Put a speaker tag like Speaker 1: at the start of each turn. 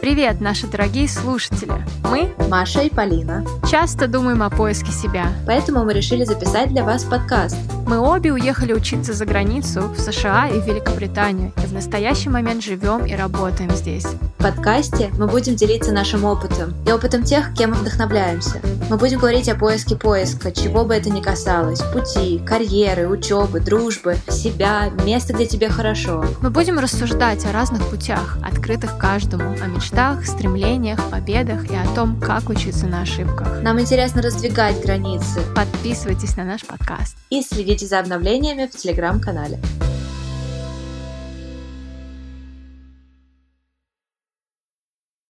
Speaker 1: Привет, наши дорогие слушатели! Мы
Speaker 2: Маша и Полина.
Speaker 1: часто думаем о поиске себя.
Speaker 2: Поэтому мы решили записать для вас подкаст.
Speaker 1: Мы обе уехали учиться за границу, в США и в Великобританию, и в настоящий момент живем и работаем здесь.
Speaker 2: В подкасте мы будем делиться нашим опытом и опытом тех, кем мы вдохновляемся. Мы будем говорить о поиске поиска, чего бы это ни касалось, пути, карьеры, учебы, дружбы, себя, места, где тебе хорошо.
Speaker 1: Мы будем рассуждать о разных путях, открытых каждому, о мечтах, стремлениях, победах и о том, как учиться на ошибках.
Speaker 2: Нам интересно раздвигать границы
Speaker 1: Подписывайтесь на наш подкаст.
Speaker 2: и следите за обновлениями в телеграм-канале.